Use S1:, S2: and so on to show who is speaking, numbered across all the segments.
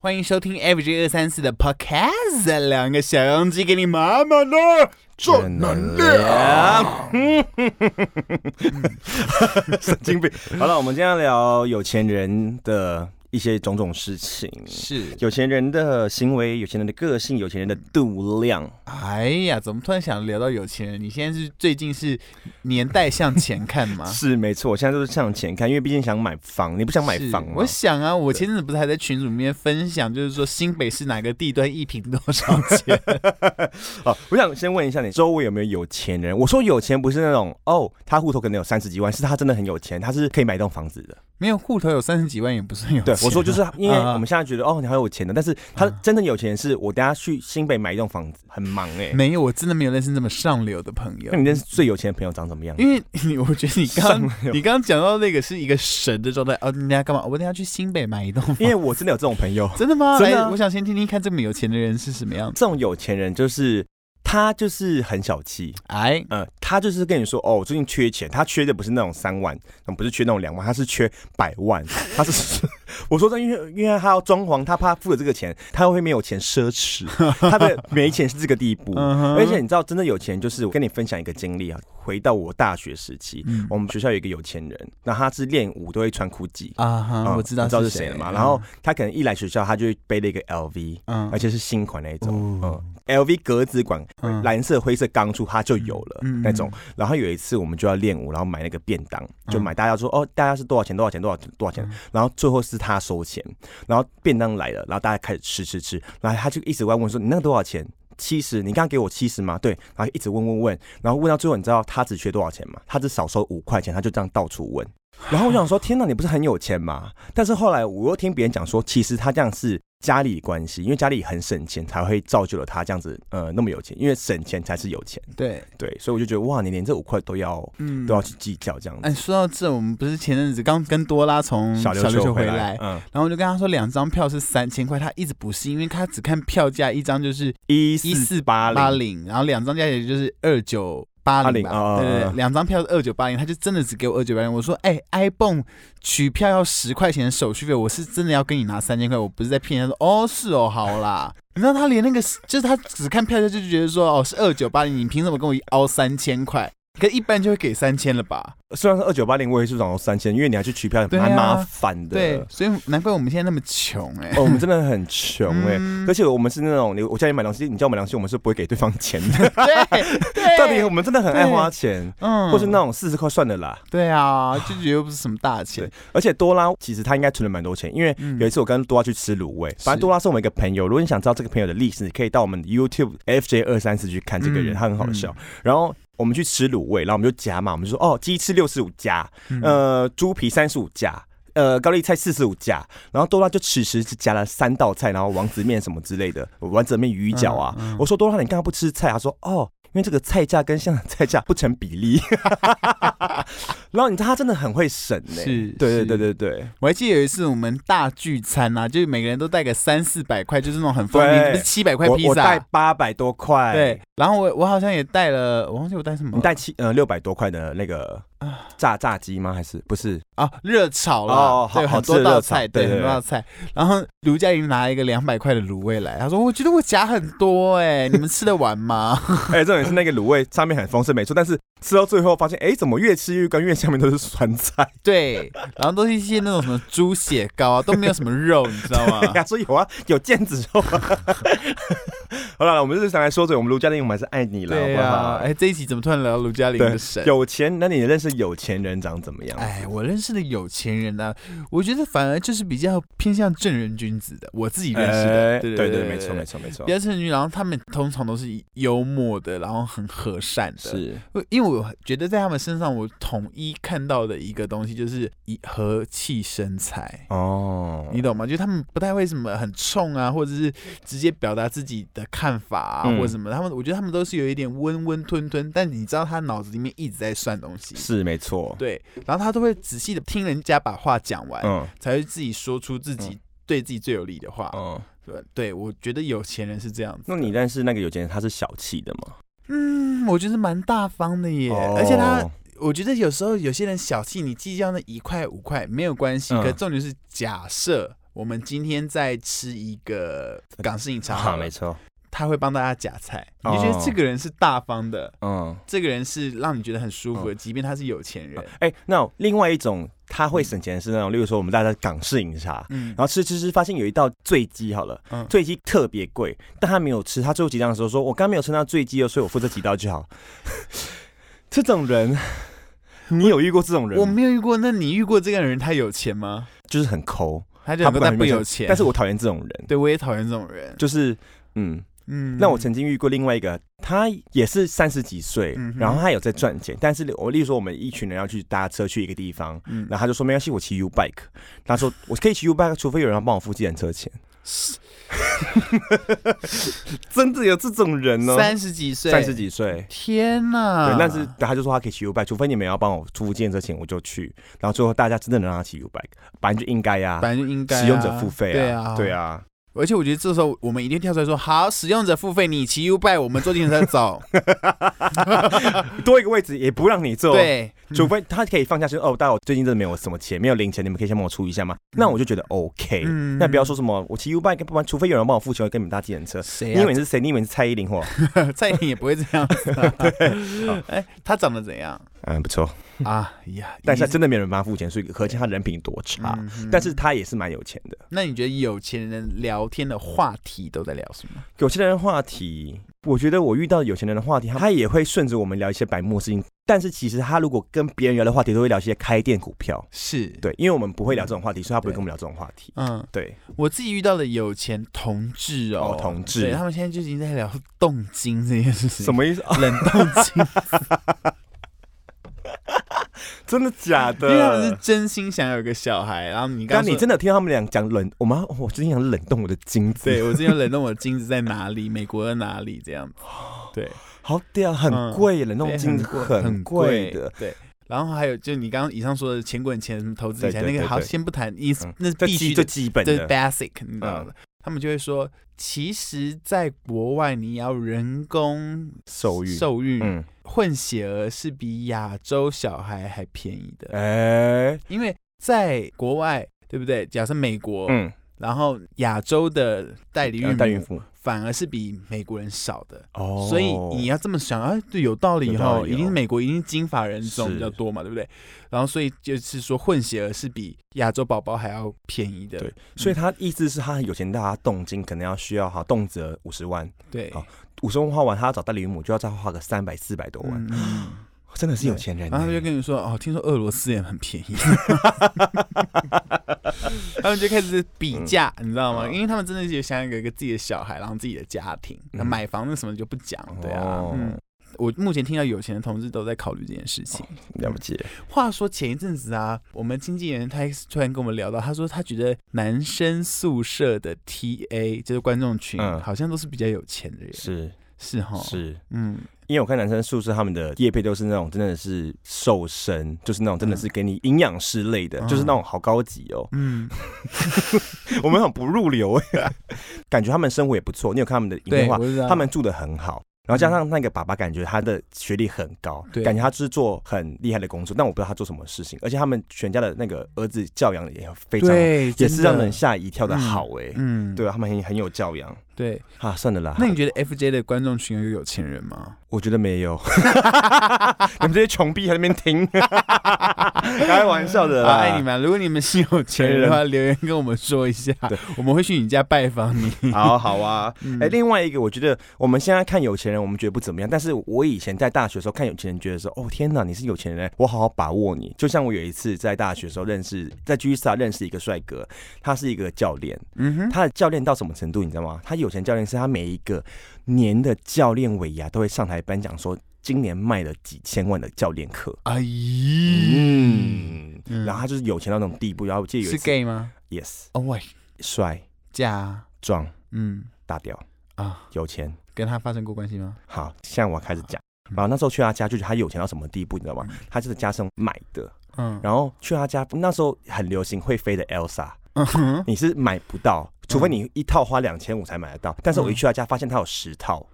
S1: 欢迎收听 Average 二三四的 Podcast，两个小公鸡给你满满的正能量。
S2: 神经病。好了，我们今天要聊有钱人的一些种种事情，
S1: 是，
S2: 有钱人的行为，有钱人的个性，有钱人的度量。啊
S1: 哎呀，怎么突然想聊到有钱人？你现在是最近是年代向前看吗？
S2: 是没错，我现在都是向前看，因为毕竟想买房，你不想买房吗
S1: 我？想啊，我前阵子不是还在群组里面分享，就是说新北市哪个地段一平多少钱？
S2: 哦，我想先问一下你周围有没有有钱人？我说有钱不是那种哦，他户头可能有三十几万，是他真的很有钱，他是可以买一栋房子的。
S1: 没有户头有三十几万也不算有
S2: 对
S1: 钱啊。，
S2: 我说就是因为
S1: 嗯嗯
S2: 我们现在觉得哦，你好有钱的，但是他真的有钱是，我等下去新北买一栋房子，很忙哎、欸。
S1: 没有，我真的没有认识那么上流的朋友
S2: 那。你认识最有钱的朋友长什么样？
S1: 因为你，我觉得你刚
S2: 上流
S1: 你刚刚讲到那个是一个神的状态哦，人家干嘛？我等一下去新北买一栋房
S2: 因，为我真的有这种朋友，
S1: 真的吗？哎
S2: 真的啊
S1: 来我想先听听看这么有钱的人是什么样子。
S2: 这种有钱人就是他就是很小气，
S1: 哎，
S2: 呃，他就是跟你说哦，我最近缺钱，他缺的不是那种三万，嗯不是缺那种两万，他是缺百 万，他是我说这因为因为他要装潢，他怕付了这个钱，他会没有钱奢侈，他的没钱是这个地步。
S1: 嗯哼
S2: 而且你知道，真的有钱就是我跟你分享一个经历啊，回到我大学时期，
S1: 嗯
S2: 我们学校有一个有钱人，那他是练舞都会穿 GUCCI。
S1: 啊哈，
S2: 嗯
S1: 我知道
S2: 你知道是
S1: 谁
S2: 谁了嘛？然后他可能一来学校，他就会背了一个 LV，
S1: 嗯
S2: 而且是新款那一种，
S1: 哦
S2: 嗯，LV 格子款，
S1: 嗯
S2: 蓝色、灰色钢珠它就有了
S1: 嗯嗯
S2: 那种。然后有一次我们就要练舞，然后买那个便当，就
S1: 嗯
S2: 买大家说哦，大家是多少钱？多少钱？多少钱？多少钱？然后最后是他收钱，
S1: 嗯
S2: 然后便当来了，然后大家开始吃吃吃，然后他就一直在问说你那个多少钱？七十，你刚刚给我七十吗？对，然后一直问问问，然后问到最后，你知道他只缺多少钱吗？他只少收五块钱，他就这样到处问。然后我想说，天哪，你不是很有钱吗？但是后来我又听别人讲说，其实他这样是家里关系，因为家里很省钱，才会造就了他这样子，呃，那么有钱，因为省钱才是有钱。
S1: 对，
S2: 对，所以我就觉得哇，你连这五块都要
S1: 嗯
S2: 都要去计较这样
S1: 哎，
S2: 子。
S1: 说到这，我们不是前阵子刚跟多拉从小
S2: 刘
S1: 球
S2: 球
S1: 回
S2: 来
S1: 来，，
S2: 嗯，
S1: 然后我就跟他说两张票是三千块，他一直不信，因为他只看票价，一张就是
S2: 一
S1: 一
S2: 四
S1: 四
S2: 八
S1: 八
S2: 零，
S1: 零，然后两张加起来就是二九八零吧，
S2: 80
S1: 对对
S2: 哦哦
S1: 对，
S2: 哦
S1: 两张票是二九八零，他就真的只给我二九八零。我说，哎、i p h o n e 取票要十块钱的手续费，我是真的要跟你拿三千块，我不是在骗人。他说，哦，是哦，好啦。 你知道他连那个就是他只看票价就觉得说，哦，是二九八零，你凭什么跟我凹三千块？可一般就会给三千了吧？
S2: 虽然是二九八零，我也是涨到三千，因为你要去取票
S1: 对啊
S2: 蛮麻烦的。
S1: 对，所以难怪我们现在那么穷 哎、
S2: 哦，我们真的很穷哎、
S1: 嗯
S2: 而且我们是那种，你我叫你买东西，你叫我买东西，我们是不会给对方钱的。
S1: 对 对，
S2: 到底我们真的很爱花钱，
S1: 嗯，
S2: 或是那种四十块算了啦。
S1: 对啊，就觉得又不是什么大钱
S2: 对，而且多拉其实他应该存了蛮多钱，因为
S1: 嗯
S2: 有一次我跟多拉去吃卤味，反正多拉是我们一个朋友。如果你想知道这个朋友的历史，你可以到我们 YouTube FJ 二三四去看这个
S1: 嗯
S2: 人，他很好笑。然后我们去吃卤味，然后我们就夹嘛，我们就说哦，鸡翅六十五加，
S1: 嗯
S2: 呃，猪皮三十五加。呃，高丽菜四十五加，然后多拉就此时只夹了三道菜，然后王子面什么之类的，丸子面、鱼饺啊。
S1: 嗯嗯
S2: 我说多拉，你干嘛不吃菜？他说哦，因为这个菜价跟香港菜价不成比 例。然后你知道他真的很会省呢、
S1: 是
S2: 对
S1: 是
S2: 对对对对，
S1: 我还记得有一次我们大聚餐啊，就是每个人都带个三四百块，就是那种很方
S2: 对
S1: 便，不是七百块
S2: 我
S1: 披
S2: 我带
S1: 萨。啊
S2: 八百多块，
S1: 对，，然后我我好像也带了，我忘记我带什么了，
S2: 你带七呃六百多块的那个
S1: 啊
S2: 炸炸鸡吗？还是不是？
S1: 啊热炒啦，
S2: 哦好
S1: 对，
S2: 好
S1: 很
S2: 吃
S1: 多
S2: 的
S1: 道
S2: 热炒
S1: 菜，
S2: 对对
S1: 很多道菜。然后卢佳莹拿了一个两百块的卤味来，她说：“我觉得我夹很多哎、你们吃得完吗
S2: 哎、重点是那个卤味上面很丰盛，没错，但是吃到最后发现，哎、怎么越吃越干，越下面都是酸菜？”
S1: 对，然后都是一些那种什么猪血糕啊，都没有什么肉，你知道 吗？
S2: 呀、说有啊，有腱子肉、啊。 好了，我们日常来说嘴，我们卢嘉玲，我们还是爱你了，
S1: 对
S2: 好不
S1: 啊
S2: 好，？
S1: 哎，这一集怎么突然聊到卢佳玲的神
S2: 对，？有钱，那你认识有钱人长怎么样？
S1: 哎，我认识的有钱人呢、我觉得反而就是比较偏向正人君子的，我自己认识的，
S2: 哎
S1: 对
S2: 对
S1: 对，
S2: 没错没
S1: 错。
S2: 错没错
S1: 比，较正人君子，然后他们通常都是幽默的，然后很和善的。，
S2: 是
S1: 因为我觉得在他们身上，我统一看到的一个东西就是以和气生财。
S2: 哦，
S1: 你懂吗？就他们不太会什么很冲啊，或者是直接表达自己的看法啊，
S2: 嗯
S1: 或者什么。他们我觉得他们都是有一点温温吞吞，但你知道他脑子里面一直在算东西。
S2: 是没错，
S1: 对，然后他都会仔细的听人家把话讲完，
S2: 嗯
S1: 才会自己说出自己对自己最有利的话。
S2: 嗯。
S1: 对，对我觉得有钱人是这样子。
S2: 那你认识那个有钱人，他是小气的吗？
S1: 嗯，我觉得蛮大方的耶，
S2: 哦
S1: 而且他， 我觉得有时候有些人小气，你计较那一块五块没有关系，
S2: 嗯
S1: 可重点是假设。我们今天在吃一个港式饮茶好
S2: 好，
S1: 了
S2: 啊没，错，
S1: 他会帮大家夹菜，你就觉得
S2: 哦
S1: 这个人是大方的，
S2: 嗯，
S1: 这个人是让你觉得很舒服的，即便他是有钱人。
S2: 哎、那另外一种他会省钱的是那种，例如说我们大家港式饮茶，
S1: 嗯
S2: 然，后吃吃吃，发现有一道醉鸡好了，
S1: 嗯
S2: 醉鸡特别贵，但他没有吃，他最后结账的时候说：“我刚没有吃到醉鸡哦，所以我付这几道就好。” 这种人，你有遇过这种人
S1: 我
S2: 吗？
S1: 没有遇过，那你遇过这个人他有钱吗？
S2: 就是很抠，
S1: 他就
S2: 他
S1: 很多
S2: 不管
S1: 但
S2: 有
S1: 不
S2: 没有
S1: 有钱，
S2: 但是我讨厌这种人，
S1: 对我也讨厌这种人。
S2: 就是嗯，
S1: 嗯，
S2: 那我曾经遇过另外一个，他也是三十几岁
S1: 嗯，哼
S2: 然后他有在赚钱，但是我例如说我们一群人要去搭车去一个地方，
S1: 嗯
S2: 然后他就说没关系，我骑 U bike，他说我可以骑 U bike，除非有人要帮我付计程车钱。 真的有这种人哦，
S1: 三十几岁，嗯
S2: 三十，几岁。
S1: 天哪！
S2: 对，但是他就说他可以骑 U bike，除非你们要帮我出建车钱，我就去。然后最后大家真的让他骑 U bike，本来就应该呀、
S1: 本来就应该啊
S2: 使用者付费
S1: 对
S2: 啊，
S1: 啊，
S2: 对。啊，
S1: 而且我觉得这时候我们一定跳出来说：“好，使用者付费，你骑 U 拜，我们坐电车 走。
S2: 多一个位置也不让你”坐，
S1: 对，
S2: 除非他可以放下去哦，但我最近真的没有什么钱，没有零钱，你们可以先帮我出一下吗？那我就觉得 OK，、
S1: 嗯
S2: 那不要说什么我骑 U bike，不然除非有人帮我付钱，我跟你们搭计程车。
S1: 谁
S2: 你以
S1: 啊
S2: 为？你是谁？你以为你是蔡依林或？
S1: 蔡依林也不会这样子 啊。 哎，他长得怎样
S2: 嗯，不错，
S1: 啊？呀，
S2: 但是真的没有人帮他付钱，所以可见他人品多差。
S1: 嗯哼
S2: 但是他也是蛮有钱的。
S1: 那你觉得有钱人聊天的话题都在聊什么？
S2: 有钱人的话题，我觉得我遇到有钱人的话题，他也会顺着我们聊一些白目的事情。但是其实他如果跟别人聊的话题，都会聊一些开店股票。
S1: 是对，
S2: 对，因为我们不会聊这种话题，所以他不会跟我们聊这种话题。
S1: 嗯，
S2: 对，
S1: 我自己遇到的有钱同志哦，
S2: 哦同志
S1: 对他们现在就已经在聊动经这件事情，
S2: 什么意思？啊
S1: 冷冻 经？
S2: 真的假
S1: 因为他们是
S2: 的？
S1: 真心想有个小孩，然后你刚
S2: 但
S1: 刚
S2: 你
S1: 说
S2: 真的有听到他们俩讲冷，我妈，我最近想冷冻我的精子，
S1: 对我之前有冷冻我的精子在哪里，美国的哪里这样 子，对，
S2: 好屌，很
S1: 嗯
S2: 贵，冷冻
S1: 对
S2: 精子
S1: 很
S2: 很
S1: 贵
S2: 贵的，，
S1: 对。然后还有就你刚刚以上说的钱滚钱什么投资理财
S2: 对对
S1: 那个
S2: 对
S1: 好，
S2: 对
S1: 先不谈，你
S2: 嗯
S1: 那
S2: 这
S1: 必
S2: 基
S1: 须
S2: 最
S1: 的，
S2: 基本
S1: 这是
S2: 的，嗯
S1: basic，你知道的。他们就会说，其实，在国外你要人工
S2: 受孕，
S1: 受孕
S2: 嗯，
S1: 混血儿是比亚洲小孩还便宜的，
S2: 哎，
S1: 因为在国外，对不对？假设美国，
S2: 嗯，
S1: 然后亚洲的代理孕
S2: 呃
S1: 母
S2: 代孕妇，
S1: 反而是比美国人少的，
S2: 哦
S1: 所以你要这么想啊，对，有道理
S2: 有道
S1: 哈、
S2: 理哦
S1: 一定美国一定金发人种
S2: 是
S1: 比较多嘛，对不对？然后所以就是说混血儿是比亚洲宝宝还要便宜的，
S2: 对，所以他意思是他有钱到他动金可能要需要哈动辄五十万，
S1: 对，嗯
S2: 好五十万花完，他要找代理孕母就要再花个三百四百多万，
S1: 嗯嗯
S2: 真的是有钱人欸。
S1: 然后他就跟你说哦，听说俄罗斯也很便 宜， 他们就开始比价，你知道吗？
S2: 嗯
S1: 因为他们真的是想有一个自己的小孩，然后自己的家庭，那
S2: 嗯
S1: 买房那什么就不讲，对啊
S2: 哦，
S1: 嗯。我目前听到有钱的同志都在考虑这件事情。
S2: 了不起，
S1: 话说前一阵子啊，我们经纪人他突然跟我们聊到，他说他觉得男生宿舍的 TA 就是观众群，
S2: 嗯
S1: 好像都是比较有钱的人，
S2: 是
S1: 是哈，
S2: 是。
S1: 嗯，
S2: 因为我看男生宿舍他们的业配都是那种真的是瘦身，就是那种真的是给你营养师类的，
S1: 嗯
S2: 就是那种好高级哦。
S1: 嗯，
S2: 我们很不入流哎，感觉他们生活也不错。你有看他们的影片
S1: 对，
S2: 的话
S1: 我，知道
S2: 他们住的很好，然后加上那个爸爸，感觉他的学历很高，
S1: 对
S2: 感觉他就是做很厉害的工作，但我不知道他做什么事情。而且他们全家的那个儿子教养也非常，
S1: 对，
S2: 也
S1: 真
S2: 是
S1: 的
S2: 让人吓一跳的好哎、
S1: 嗯，
S2: 对啊，他们很很有教养
S1: 对，
S2: 啊。算了啦，
S1: 那你觉得 FJ 的观众群有有钱人吗？
S2: 我觉得没有， 你们这些穷逼还在那边 听，开玩笑的啦。
S1: 啊，爱你们！如果你们是有钱人的 话，留言跟我们说一下
S2: 对，
S1: 我们会去你家拜访 你。
S2: 好好啊，哎、
S1: 嗯
S2: 另外一个，我觉得我们现在看有钱人，我们觉得不怎么样，但是我以前在大学的时候看有钱人，觉得说，哦天哪，你是有钱人，我好好把握你。就像我有一次在大学的时候认识，在 G Star 认识一个帅哥，他是一个教练，
S1: 嗯哼，
S2: 他的教练到什么程度，你知道吗？他有钱教练是他每一个年的教练尾牙都会上台颁奖说。今年卖了几千万的教练课，
S1: 哎咦，
S2: 嗯，
S1: 嗯
S2: 然后他就是有钱到那种地步。然后我记得有一
S1: 是
S2: 次
S1: gay 吗？
S2: ，yes，
S1: 哦喂，
S2: 帅、
S1: 嫁，
S2: 壮、
S1: 嗯
S2: 大屌、
S1: 啊，
S2: 有钱，
S1: 跟他发生过关系吗？
S2: 好，现在我要开始讲。
S1: 嗯
S2: 然后那时候去他家，就觉得他有钱到什么地步，你知道吗？他就是家生买的。
S1: 嗯，
S2: 然后去他家，那时候很流行会飞的 Elsa，
S1: 嗯哼，嗯
S2: 你是买不到，除非你一套花两千五才买得到。但是我一去他家，发现他有十套，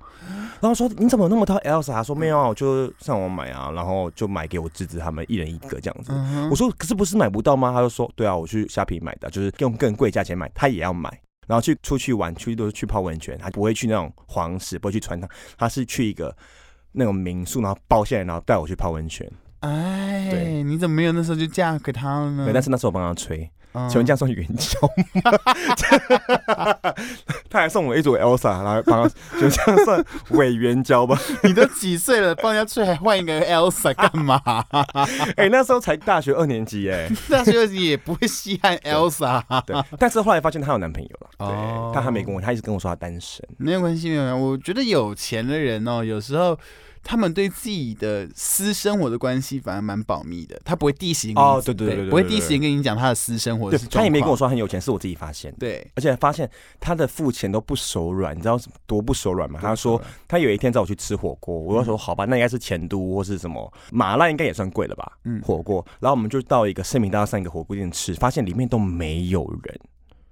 S2: 然后说你怎么有那么多 Elsa？说没有啊，我就上网买啊，然后就买给我侄子他们一人一个这样子。
S1: 嗯哼
S2: 我说可是不是买不到吗？他就说对啊，我去虾皮买的，就是用更贵价钱买，他也要买。然后去出去玩，去都是去泡温泉，他不会去那种皇室，不会去船堂，他是去一个那种民宿，然后包下来，然后带我去泡温泉。
S1: 哎，
S2: 对
S1: 你怎么没有那时候就嫁给他了呢？
S2: 对，但是那时候我帮他吹，
S1: 嗯
S2: 请问这样算援交吗？ 他还送我一组 Elsa，然后帮他，就这样算伪援交吧？
S1: 你都几岁了，帮人家吹还换一个 Elsa 干嘛？
S2: 哎、那时候才大学二年级哎、
S1: 大学也不会稀罕 Elsa，
S2: 对，但是后来发现她有男朋友了，
S1: 哦
S2: 对，她还没跟我，她一直跟我说她单身，
S1: 没有关系，没有关系。我觉得有钱的人哦，有时候他们对自己的私生活的关系反而蛮保密的，他不会第一时间跟你
S2: 哦对对对对对
S1: 不会第一时间跟你讲他的私生活
S2: 对
S1: 是，状况。
S2: 她也没跟我说她很有钱，是我自己发现的。
S1: 对，
S2: 而且发现她的付钱都不手软，你知道多不手软吗？她说她有一天找我去吃火锅，我就说好吧，那应该是前都或是什么麻辣，应该也算贵了吧？
S1: 嗯
S2: 火锅。然后我们就到一个盛明大道上一个火锅店吃，发现里面都没有人，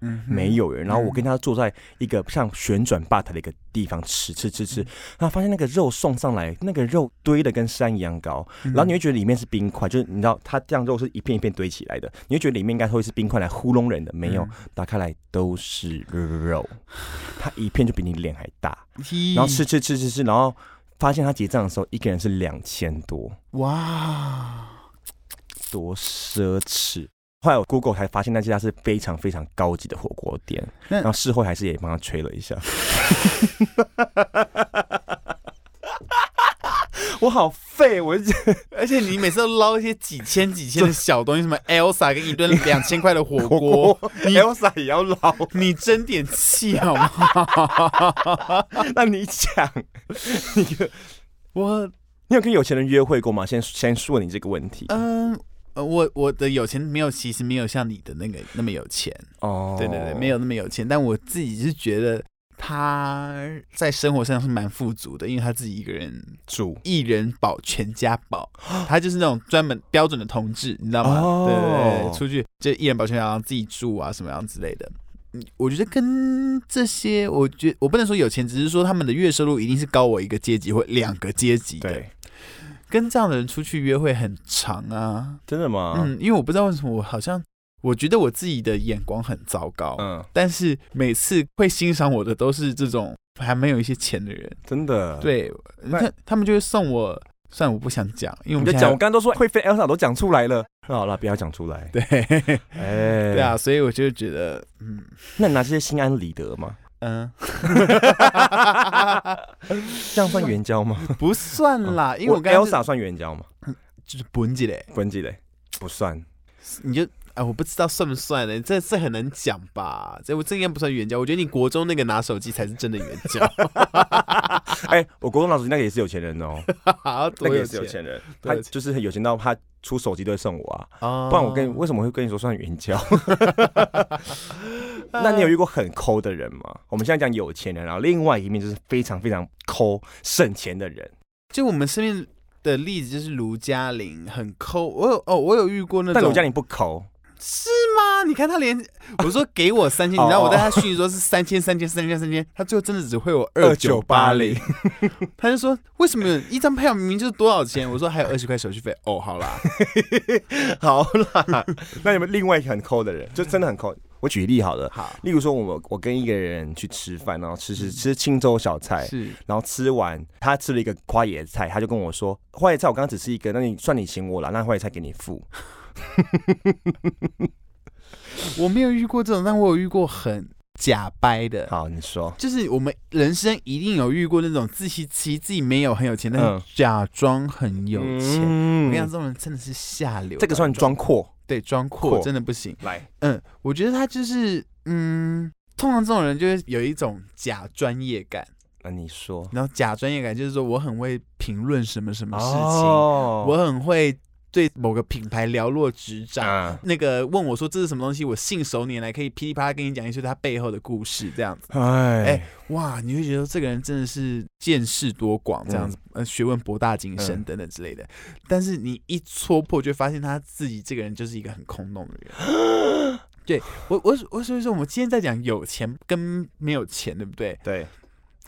S1: 嗯哼
S2: 没有人。然后我
S1: 嗯
S2: 跟她坐在一个像旋转吧台的一个地方吃吃吃
S1: 嗯
S2: 吃，然后发现那个肉送上来，那个肉堆的跟山一样高，
S1: 嗯
S2: 然后你会觉得里面是冰块，就是你知道它这样肉是一片一片堆起来的，你会觉得里面应该会是冰块来糊弄人的，没有，
S1: 嗯
S2: 打开来都是肉，它一片就比你脸还大，
S1: 嗯
S2: 然后吃吃吃吃吃，然后发现他结账的时候，一个人是两千多，
S1: 哇，
S2: 多奢侈。后来我 Google 才发现那家是非常非常高级的火锅店，
S1: 那
S2: 然后事后还是也帮他吹了一下。 我好废，我就
S1: 而且你每次都捞一些几千几千的小东西， 什么 Elsa 跟一顿两千块的火锅，你
S2: Elsa 也要老，
S1: 你真点气好吗？
S2: 那你讲，你有
S1: 我
S2: 你有跟有钱人约会过吗？先先说你这个问题
S1: 嗯。呃我我的有钱没有，其实没有像你的那个那么有钱，
S2: 哦
S1: 对对对，没有那么有钱，但我自己是觉得他在生活上是蛮富足的，因为他自己一个人
S2: 住
S1: 一人保全家保，他就是那种专门标准的同志，你知道吗？
S2: 哦
S1: 对对对，出去就一人保全家，然后自己住啊什么样之类的。嗯我觉得跟这些，我觉我不能说有钱，只是说他们的月收入一定是高我一个阶级或两个阶级的。
S2: 对，
S1: 跟这样的人出去约会很长啊，
S2: 真的吗？
S1: 嗯，因为我不知道为什么，我好像我觉得我自己的眼光很糟糕，
S2: 嗯，
S1: 但是每次会欣赏我的都是这种还没有一些钱的人。
S2: 真的。，
S1: 对，你
S2: 啊那
S1: 看他们就会送我，算了我不想讲，因为我
S2: 你
S1: 们
S2: 就
S1: 现
S2: 讲，
S1: 在
S2: 我刚刚都说会飞 Elsa 都讲出来了。好了，不要讲出来。
S1: 对
S2: 哎，
S1: 对啊，，所以我就觉得，嗯
S2: 那你拿这些心安理得吗？
S1: 嗯，
S2: 这样算援交吗？
S1: 不算
S2: 哦
S1: 啦，因为我刚刚就
S2: Elsa 算援交吗？
S1: 就是本姐嘞，
S2: 关记嘞，不算。
S1: 你就。哎，我不知道算不算呢？这这很难讲吧？这我这应该不算援交。我觉得你国中那个拿手机才是真的援 交，
S2: 哎，我国中老师那个也是有钱 人哦，
S1: 好
S2: 那
S1: 多
S2: 个
S1: 有
S2: 也是有
S1: 钱
S2: 钱人，
S1: 多
S2: 他
S1: 有钱
S2: 就是很有钱到他出手机都会送我啊。
S1: 啊！
S2: 不然我跟你为什么会跟你说算援 交？那你有遇过很抠的人吗？我们现在讲有钱人，然后另外一面就是非常非常抠省钱的人。
S1: 就我们身边的例子就是卢嘉玲很抠，我有哦，我有遇过那种。
S2: 但我家里不抠，
S1: 是吗？你看他连我说给我 三千，你知道我在他讯息说
S2: 哦
S1: 是三千、三千、三千、三千，他最后真的只会有2980，他就说为什么有一张票明明就是多少钱？我说还有二十块手续费。哦，好 啦，
S2: 好啦， 那你们另外一个很抠的人，就真的很抠。我举例好了，
S1: 好
S2: 例如说我们我跟一个人去吃饭，然后吃
S1: 嗯
S2: 吃吃青州小菜，
S1: 是
S2: 然后吃完他吃了一个花椰菜，他就跟我说花椰菜我刚刚只吃一个，那你算你请我了，那花椰菜给你付。
S1: 我没有遇过这种，但我有遇过很假掰的。
S2: 好，你说，
S1: 就是我们人生一定有遇过那种自欺欺自己没有很有钱，但
S2: 嗯
S1: 是假装很有钱。我跟你讲，
S2: 嗯
S1: 这种人真的是下流。
S2: 这个算装阔。
S1: 对装阔，
S2: 阔
S1: 真的不行。
S2: 来，
S1: 嗯，我觉得他就是，嗯，通常这种人就会有一种假专业感，
S2: 那你说
S1: 然后假专业感就是说我很会评论什么什么事情，
S2: 哦
S1: 我很会对某个品牌了若指掌。
S2: 啊
S1: 那个问我说这是什么东西，我信手拈来，可以噼里啪啦跟你讲一些它背后的故事，这样子，
S2: 哎
S1: 哎哇，你会觉得这个人真的是见识多广，这样子，呃，学问博大精深
S2: 嗯
S1: 等等之类的。但是你一戳破，就会发现他自己这个人就是一个很空洞的人。 对我，我我所以说，我们今天在讲有钱跟没有钱，对不对？
S2: 对，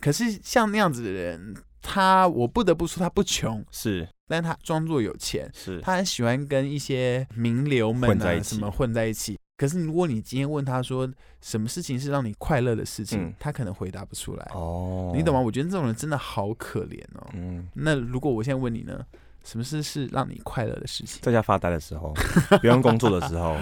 S1: 可是像那样子的人，他我不得不说他不穷，
S2: 是
S1: 但他装作有钱，
S2: 是，
S1: 他很喜欢跟一些名流
S2: 混
S1: 们
S2: 在一
S1: 啊
S2: 起
S1: 什么混在一起。可是如果你今天问他说什么事情是让你快乐的事情，
S2: 嗯
S1: 他可能回答不出来，
S2: 哦
S1: 你懂吗？？我觉得这种人真的好可怜哦。
S2: 嗯，
S1: 那如果我现在问你呢，什么事是让你快乐的事情？
S2: 在家发呆的时候，不用工作的时候，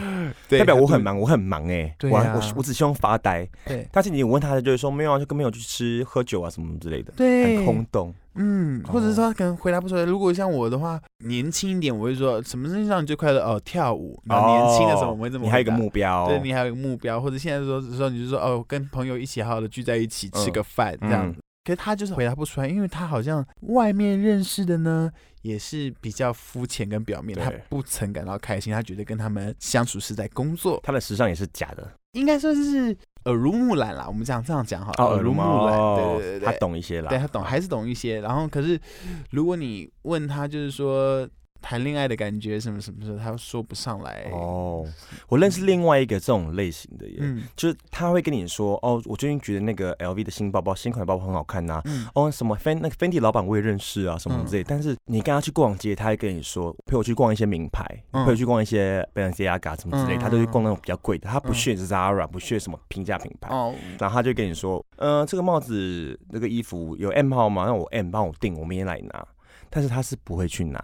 S1: 对
S2: 代表我很。忙，我很忙哎、
S1: 对
S2: 我
S1: 啊
S2: 我我只希望发呆。
S1: 对
S2: 但是你问他，他就会说没有啊，就跟朋友去吃喝酒啊什么之类的，
S1: 对，
S2: 很空哦洞。
S1: 嗯，或者是说他可能回答不出来。如果像我的话，年轻一点，我会说什么事情让你最快乐？哦，跳舞。然后年轻的时候，我们会这么
S2: 你还
S1: 回
S2: 有一个
S1: 答。
S2: 目标，
S1: 对你还有一个目标，或者现在说的时候，你就说哦，跟朋友一起好好的聚在一起吃个饭、这样
S2: 嗯
S1: 子。可是他就是回答不出来，因为他好像外面认识的呢，也是比较肤浅跟表面，
S2: 对
S1: 他不曾感到开心，他觉得跟他们相处是在工作，
S2: 他的时尚也是假的，
S1: 应该说是耳濡目染啦。我们讲这样讲好了，
S2: 耳
S1: 濡目染，对对对对，
S2: 哦他懂一些啦
S1: 对，他懂，还是懂一些。然后可是，如果你问他，就是说谈恋爱的感觉什么什么什么，他说不上来。
S2: 哦，我认识另外一个这种类型的耶，
S1: 哎嗯
S2: 就是他会跟你说，哦，我最近觉得那个 LV 的新包包、新款包包很好看呐、
S1: 嗯，
S2: 哦，什么 Fen 那个 Fendi 老板我也认识啊，什么之类。但是你跟他去逛街，他会跟你说陪我去逛一些名牌，
S1: 嗯
S2: 陪我去逛一些 Balenciaga 什么之类，
S1: 嗯
S2: 他都去逛那种比较贵的，他不
S1: 嗯
S2: 屑 Zara，不屑什么平价品牌。
S1: 哦，
S2: 然后他就跟你说，呃，这个帽子、那个衣服有 M 号吗？那我 M 帮我订，我明天来拿。但是他是不会 去拿，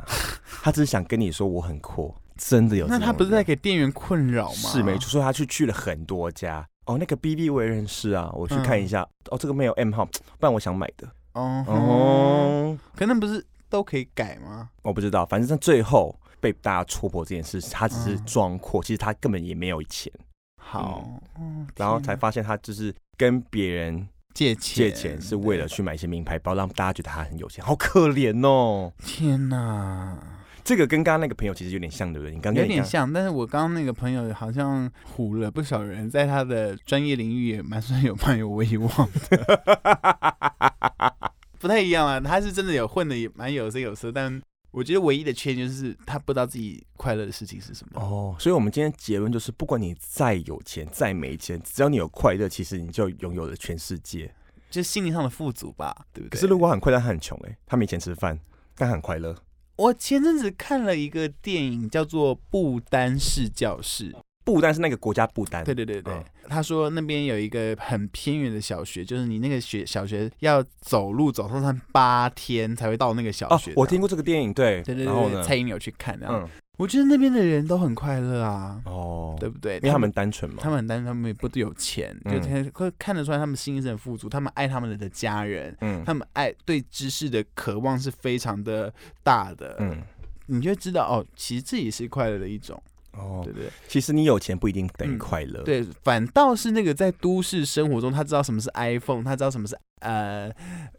S2: 他只是想跟你说我很阔，真的有这种
S1: 那
S2: 人。
S1: 他不是在给店员困扰吗？
S2: 是没错，所以他去去了很多家。哦，那个 BB 我也认识啊，我去看一下。哦，这个没有 M 号，不然我想买的。
S1: 嗯哦哦，
S2: 哦，
S1: 可能不是都可以改吗？
S2: 我不知道，反正最后被大家戳破这件事，他只是
S1: 嗯
S2: 装阔，其实他根本也没有钱，
S1: 好，哦
S2: 然后
S1: 天
S2: 才
S1: 哪
S2: 发现他就是跟别人
S1: 借钱，
S2: 借钱是为了去买一些名牌包，让大家觉得他很有钱，好可怜哦。
S1: 天哪，
S2: 这个跟刚刚那个朋友其实有点像，对不对？你刚刚
S1: 有点
S2: 刚
S1: 像。但是我刚刚那个朋友好像唬了不少人，在他的专业领域也蛮算有蛮有威望的。 不太一样啊，他是真的有混的也蛮有声有色，但我觉得唯一的缺点就是他不知道自己快乐的事情是什么。
S2: 哦，所以我们今天结论就是，不管你再有钱再没钱，只要你有快乐，其实你就拥有了全世界。
S1: 就心灵上的富足吧，对不对？
S2: 可是如果他很快乐，他很穷哎、他没钱吃饭，但他很快乐。
S1: 我前阵子看了一个电影，叫做《不丹式教室》，
S2: 不丹是那个国家不丹，
S1: 对对对对，
S2: 嗯
S1: 哦他说那边有一个很偏远的小学，就是你那个学小学要走路走上山八天才会到那个小
S2: 哦
S1: 学这样、，
S2: 我听过这个电影，对，
S1: 对对
S2: 然后
S1: 对
S2: 呢
S1: 对，蔡依林有去看，然后、
S2: 嗯，
S1: 我觉得那边的人都很快乐啊，
S2: 哦，
S1: 对不对？
S2: 因为他们单纯嘛，
S1: 他们很担心，他们也不有钱，
S2: 嗯
S1: 就他会看得出来他们心是很富足，他们爱他们的家人，
S2: 嗯
S1: 他们爱对知识的渴望是非常的大的，
S2: 嗯，
S1: 你就会知道哦，其实这也是快乐的一种，
S2: 哦
S1: 对，不对？
S2: 其实你有钱不一定等于
S1: 嗯
S2: 快乐，，
S1: 对，反倒是那个在都市生活中，他知道什么是 iPhone，他知道什么是 呃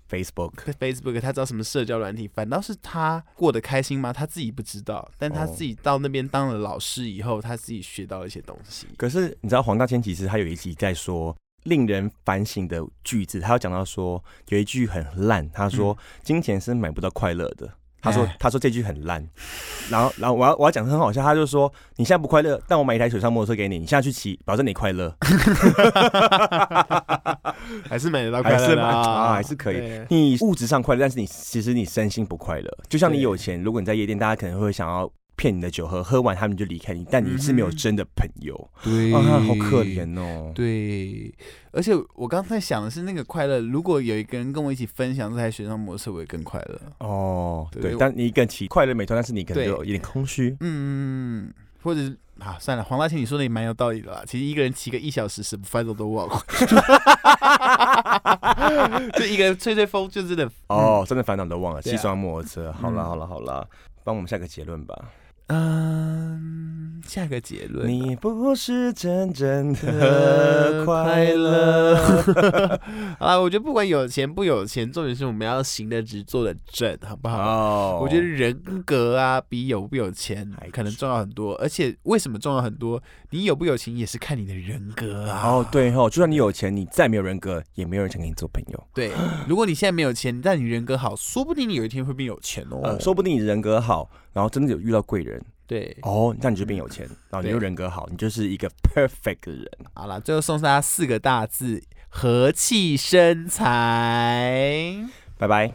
S2: Facebook，
S1: Facebook，他知道什么社交软体，反倒是他过得开心吗？他自己不知道，但他
S2: 哦
S1: 自己到那边当了老师以后，他自己学到了一些东西。
S2: 可是你知道黄大千其实他有一集在说令人反省的句子，他有讲到说有一句很烂，他说、金钱是买不到快乐的。他说
S1: 嗯哎：“
S2: 他说这句很烂，然后，然后我要我要讲的很好笑，他就说你现在不快乐，但我买一台水上摩托车给你，你现在去骑，保证你快乐。
S1: 哎还是买得到
S2: 还
S1: 快
S2: 是
S1: 乐
S2: 蛮
S1: 啦
S2: 啊还是可以
S1: 对
S2: 你物质上快乐，但是你其实你身心不快乐。就像你
S1: 对
S2: 有钱，如果你在夜店，大家可能会想要骗你的酒喝，喝完他们就离开你，但你是没有
S1: 嗯哼哎
S2: 真的朋友，
S1: 对
S2: 啊，好可。怜哦。
S1: 对，而且我刚才想的是那个快乐，如果有一个人跟我一起分享这台雪上摩托车，我也更快乐。
S2: 哦，
S1: 对
S2: 对，
S1: 我
S2: 但你一个人骑快乐没错，但是你可能
S1: 对
S2: 就有点空虚。
S1: 嗯，或者是啊，算了，黄大千你说的也蛮有道理的啦。其实一个人骑个一小时十五分钟都忘了， 就一个人吹吹风就真的
S2: 哦，真的烦恼都忘了，
S1: 嗯对
S2: 骑
S1: 啊
S2: 双摩托车。好啦，
S1: 嗯
S2: 好啦，好啦，帮我们下个结论吧。
S1: 嗯。下个结论，
S2: 你不是真正的
S1: 的
S2: 快
S1: 快
S2: 乐
S1: 乐。 好啦，我觉得不管有钱不有钱，重点是我们要行得直，坐得正，好不好？
S2: 哦
S1: 我觉得人格啊，比有不有钱
S2: 还
S1: 可能
S2: 是
S1: 重要很多。而且为什么重要很多？你有不有钱也是看你的人格啊。
S2: 哦，对吼，就算你有钱，你再没有人格，也没有人想跟你做朋友。
S1: 对，如果你现在没有钱，但你人格好，说不定你有一天会变有钱哦。
S2: 呃，说不定你人格好，然后真的有遇到贵人
S1: 对，
S2: 哦，那你就变有钱，然后你
S1: 对
S2: 又人格好，你就是一个 perfect 的人。
S1: 好啦，最后送大家四个大字：
S3: 和气生财。
S1: 拜拜。